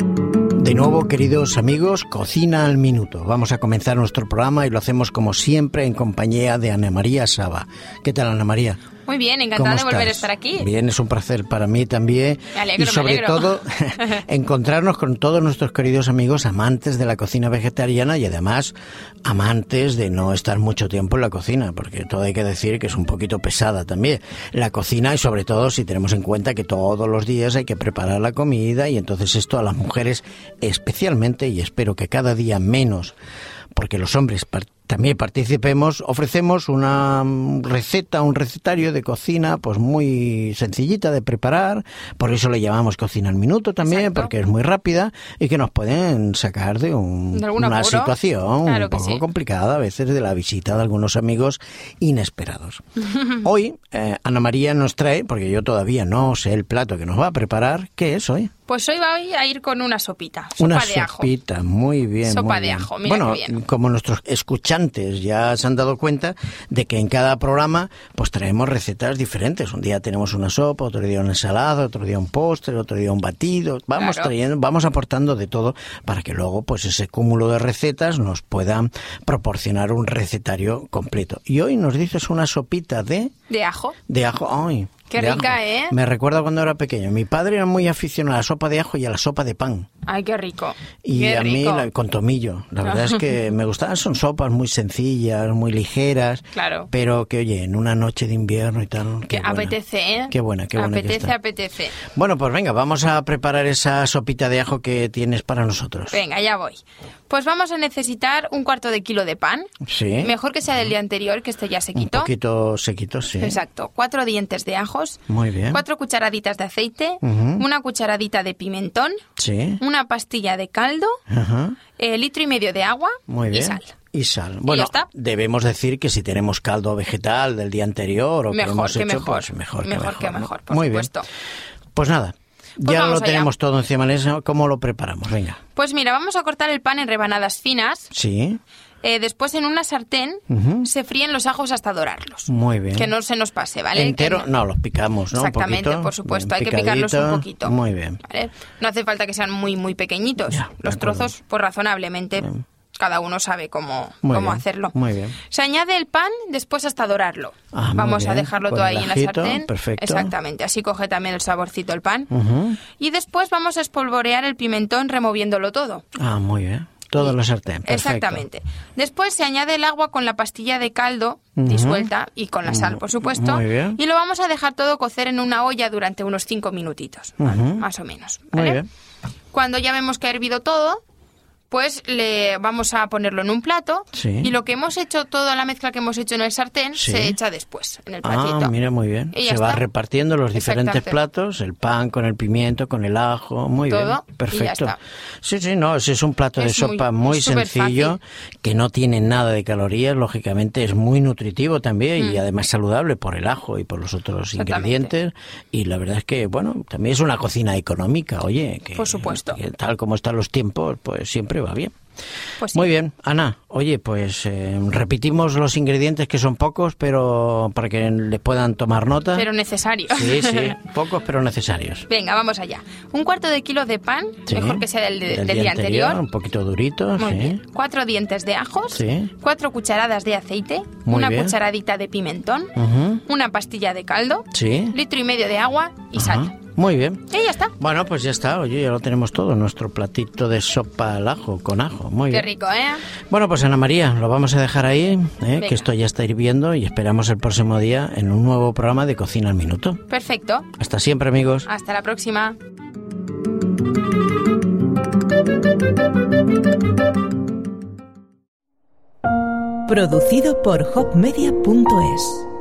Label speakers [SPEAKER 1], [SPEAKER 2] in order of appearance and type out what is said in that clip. [SPEAKER 1] De nuevo, queridos amigos, cocina al minuto. Vamos a comenzar nuestro programa y lo hacemos como siempre en compañía de Ana María Saba. ¿Qué tal, Ana María?
[SPEAKER 2] Muy bien, encantada de volver a estar aquí.
[SPEAKER 1] Bien, es un placer para mí también.
[SPEAKER 2] Me alegro,
[SPEAKER 1] y sobre
[SPEAKER 2] me alegro.
[SPEAKER 1] todo, encontrarnos con todos nuestros queridos amigos amantes de la cocina vegetariana y además amantes de no estar mucho tiempo en la cocina, porque todo hay que decir que es un poquito pesada también. La cocina y sobre todo si tenemos en cuenta que todos los días hay que preparar la comida y entonces esto a las mujeres especialmente y espero que cada día menos porque los hombres par- también participemos, ofrecemos una mm, receta, un recetario de cocina, pues muy sencillita de preparar, por eso le llamamos cocina al minuto también,
[SPEAKER 2] Exacto.
[SPEAKER 1] porque es muy rápida y que nos pueden sacar de, un-
[SPEAKER 2] De algún
[SPEAKER 1] una
[SPEAKER 2] apuro.
[SPEAKER 1] situación un
[SPEAKER 2] Claro que
[SPEAKER 1] poco
[SPEAKER 2] sí.
[SPEAKER 1] complicada a veces de la visita de algunos amigos inesperados. hoy eh, Ana María nos trae, porque yo todavía no sé el plato que nos va a preparar, ¿qué es hoy?
[SPEAKER 2] Pues hoy voy a ir con una sopita, sopa
[SPEAKER 1] una
[SPEAKER 2] de ajo.
[SPEAKER 1] sopita, muy bien. muy
[SPEAKER 2] Sopa de
[SPEAKER 1] bien.
[SPEAKER 2] ajo, mira
[SPEAKER 1] Bueno,
[SPEAKER 2] qué bien.
[SPEAKER 1] como nuestros escuchantes ya se han dado cuenta de que en cada programa pues traemos recetas diferentes. Un día tenemos una sopa, otro día una ensalada, otro día un postre, otro día un batido. Vamos
[SPEAKER 2] Claro.
[SPEAKER 1] trayendo, vamos aportando de todo para que luego pues ese cúmulo de recetas nos puedan proporcionar un recetario completo. Y hoy nos dices una sopita de
[SPEAKER 2] De ajo.
[SPEAKER 1] de ajo. ¡Ay!
[SPEAKER 2] Qué
[SPEAKER 1] de
[SPEAKER 2] rica,
[SPEAKER 1] ajo.
[SPEAKER 2] ¿eh?
[SPEAKER 1] Me recuerda cuando era pequeño. Mi padre era muy aficionado a la sopa de ajo y a la sopa de pan.
[SPEAKER 2] Ay, qué rico.
[SPEAKER 1] Y
[SPEAKER 2] qué
[SPEAKER 1] a mí
[SPEAKER 2] rico.
[SPEAKER 1] la- con tomillo. La verdad es que me gustaban, son sopas muy sencillas, muy ligeras.
[SPEAKER 2] Claro.
[SPEAKER 1] Pero que, oye, en una noche de invierno y tal.
[SPEAKER 2] Que
[SPEAKER 1] qué buena.
[SPEAKER 2] apetece, ¿eh?
[SPEAKER 1] Qué buena, qué buena. que
[SPEAKER 2] Apetece,
[SPEAKER 1] está.
[SPEAKER 2] apetece.
[SPEAKER 1] Bueno, pues venga, vamos a preparar esa sopita de ajo que tienes para nosotros.
[SPEAKER 2] Venga, ya voy. Pues vamos a necesitar un cuarto de kilo de pan.
[SPEAKER 1] Sí.
[SPEAKER 2] Mejor que sea del día anterior, que este ya se
[SPEAKER 1] Un
[SPEAKER 2] quitó.
[SPEAKER 1] poquito sequito, sí.
[SPEAKER 2] Exacto. Cuatro dientes de ajos.
[SPEAKER 1] Muy bien.
[SPEAKER 2] Cuatro cucharaditas de aceite.
[SPEAKER 1] Ujú.
[SPEAKER 2] Una cucharadita de pimentón.
[SPEAKER 1] Sí.
[SPEAKER 2] Una pastilla de caldo.
[SPEAKER 1] Ajá.
[SPEAKER 2] eh, litro y medio de agua.
[SPEAKER 1] Muy bien.
[SPEAKER 2] Y sal.
[SPEAKER 1] Y sal. Bueno,
[SPEAKER 2] está.
[SPEAKER 1] debemos decir que si tenemos caldo vegetal del día anterior o que
[SPEAKER 2] Mejor
[SPEAKER 1] hemos
[SPEAKER 2] que
[SPEAKER 1] hecho,
[SPEAKER 2] mejor.
[SPEAKER 1] pues mejor, que
[SPEAKER 2] Mejor
[SPEAKER 1] mejor.
[SPEAKER 2] que
[SPEAKER 1] ¿no?
[SPEAKER 2] mejor, por
[SPEAKER 1] Muy
[SPEAKER 2] supuesto.
[SPEAKER 1] Bien. Pues nada,
[SPEAKER 2] Pues
[SPEAKER 1] ya lo
[SPEAKER 2] vamos allá.
[SPEAKER 1] tenemos todo encima de la mesa. ¿Cómo lo preparamos? Venga.
[SPEAKER 2] Pues mira, vamos a cortar el pan en rebanadas finas.
[SPEAKER 1] Sí,
[SPEAKER 2] Eh, después en una sartén
[SPEAKER 1] Ujú.
[SPEAKER 2] se fríen los ajos hasta dorarlos.
[SPEAKER 1] muy bien.
[SPEAKER 2] Que no se nos pase, ¿vale?
[SPEAKER 1] Entero,
[SPEAKER 2] Que-
[SPEAKER 1] no, los picamos, ¿no? Un
[SPEAKER 2] Exactamente,
[SPEAKER 1] poquito,
[SPEAKER 2] por supuesto.
[SPEAKER 1] bien
[SPEAKER 2] Hay que picarlos un
[SPEAKER 1] picadito.
[SPEAKER 2] poquito.
[SPEAKER 1] Muy bien.
[SPEAKER 2] ¿Vale? No hace falta que sean muy, muy pequeñitos.
[SPEAKER 1] Ya, de
[SPEAKER 2] los
[SPEAKER 1] acuerdo.
[SPEAKER 2] trozos, pues razonablemente, cada uno sabe cómo,
[SPEAKER 1] Muy
[SPEAKER 2] cómo
[SPEAKER 1] bien,
[SPEAKER 2] hacerlo.
[SPEAKER 1] muy bien.
[SPEAKER 2] Se añade el pan después hasta dorarlo.
[SPEAKER 1] Ah, muy
[SPEAKER 2] Vamos a
[SPEAKER 1] bien.
[SPEAKER 2] dejarlo
[SPEAKER 1] Con
[SPEAKER 2] todo
[SPEAKER 1] el
[SPEAKER 2] ahí en la
[SPEAKER 1] ajito,
[SPEAKER 2] sartén.
[SPEAKER 1] perfecto. Mm.
[SPEAKER 2] Exactamente. Así coge también el saborcito el pan.
[SPEAKER 1] Ujú.
[SPEAKER 2] Y después vamos a espolvorear el pimentón removiéndolo todo.
[SPEAKER 1] Ah, muy bien. Todo en la sartén. perfecto.
[SPEAKER 2] Exactamente. Después se añade el agua con la pastilla de caldo
[SPEAKER 1] Ujú. Mm,
[SPEAKER 2] disuelta y con la sal, por supuesto.
[SPEAKER 1] Muy bien.
[SPEAKER 2] Y lo vamos a dejar todo cocer en una olla durante unos 5 minutitos, ¿vale?
[SPEAKER 1] Ujú.
[SPEAKER 2] más o menos.
[SPEAKER 1] Muy
[SPEAKER 2] ¿vale?
[SPEAKER 1] bien.
[SPEAKER 2] Cuando ya vemos que ha hervido todo, pues le vamos a ponerlo en un plato
[SPEAKER 1] Sí.
[SPEAKER 2] y lo que hemos hecho, toda la mezcla que hemos hecho en el sartén,
[SPEAKER 1] Sí.
[SPEAKER 2] se echa después en el platito.
[SPEAKER 1] Ah, mira, muy bien.
[SPEAKER 2] Y
[SPEAKER 1] Se
[SPEAKER 2] ya
[SPEAKER 1] va
[SPEAKER 2] está.
[SPEAKER 1] repartiendo los diferentes
[SPEAKER 2] Exactamente.
[SPEAKER 1] platos, el pan con el pimiento, con el ajo, muy
[SPEAKER 2] Todo, y
[SPEAKER 1] bien.
[SPEAKER 2] ya
[SPEAKER 1] Perfecto.
[SPEAKER 2] está.
[SPEAKER 1] Sí, sí, no, ese es un plato de
[SPEAKER 2] Es muy-
[SPEAKER 1] sopa muy,
[SPEAKER 2] es superfácil.
[SPEAKER 1] sencillo, que no tiene nada de calorías, lógicamente es muy nutritivo también y además saludable por el ajo y por los otros
[SPEAKER 2] Mm. Exactamente.
[SPEAKER 1] ingredientes. Y la verdad es que, bueno, también es una cocina económica, oye. Que,
[SPEAKER 2] Por supuesto.
[SPEAKER 1] que tal como están los tiempos, pues siempre va bien.
[SPEAKER 2] Pues sí.
[SPEAKER 1] Muy bien, Ana. Oye, pues eh, repetimos los ingredientes que son pocos, pero para que le puedan tomar nota.
[SPEAKER 2] Pero necesario.
[SPEAKER 1] Sí, sí, pocos pero necesarios.
[SPEAKER 2] Venga, vamos allá. Un cuarto de kilo de pan,
[SPEAKER 1] Sí.
[SPEAKER 2] mejor que sea del, del día
[SPEAKER 1] Un
[SPEAKER 2] anterior.
[SPEAKER 1] poquito durito,
[SPEAKER 2] Muy
[SPEAKER 1] sí.
[SPEAKER 2] bien. Cuatro dientes de ajos,
[SPEAKER 1] Sí.
[SPEAKER 2] cuatro cucharadas de aceite,
[SPEAKER 1] Muy
[SPEAKER 2] una
[SPEAKER 1] bien.
[SPEAKER 2] cucharadita de pimentón,
[SPEAKER 1] Ujú.
[SPEAKER 2] una pastilla de caldo,
[SPEAKER 1] Sí.
[SPEAKER 2] litro y medio de agua y
[SPEAKER 1] Ajá.
[SPEAKER 2] sal.
[SPEAKER 1] Muy bien.
[SPEAKER 2] Y ya está.
[SPEAKER 1] Bueno, pues ya está, oye, ya lo tenemos todo, nuestro platito de sopa al ajo, con ajo, muy
[SPEAKER 2] Qué
[SPEAKER 1] bien.
[SPEAKER 2] rico, ¿eh?
[SPEAKER 1] Bueno, pues Ana María, lo vamos a dejar ahí, ¿eh?
[SPEAKER 2] Venga.
[SPEAKER 1] que esto ya está hirviendo y esperamos el próximo día en un nuevo programa de Cocina al Minuto.
[SPEAKER 2] Perfecto.
[SPEAKER 1] Hasta siempre, amigos.
[SPEAKER 2] Hasta la próxima.
[SPEAKER 3] Producido por hopmedia.es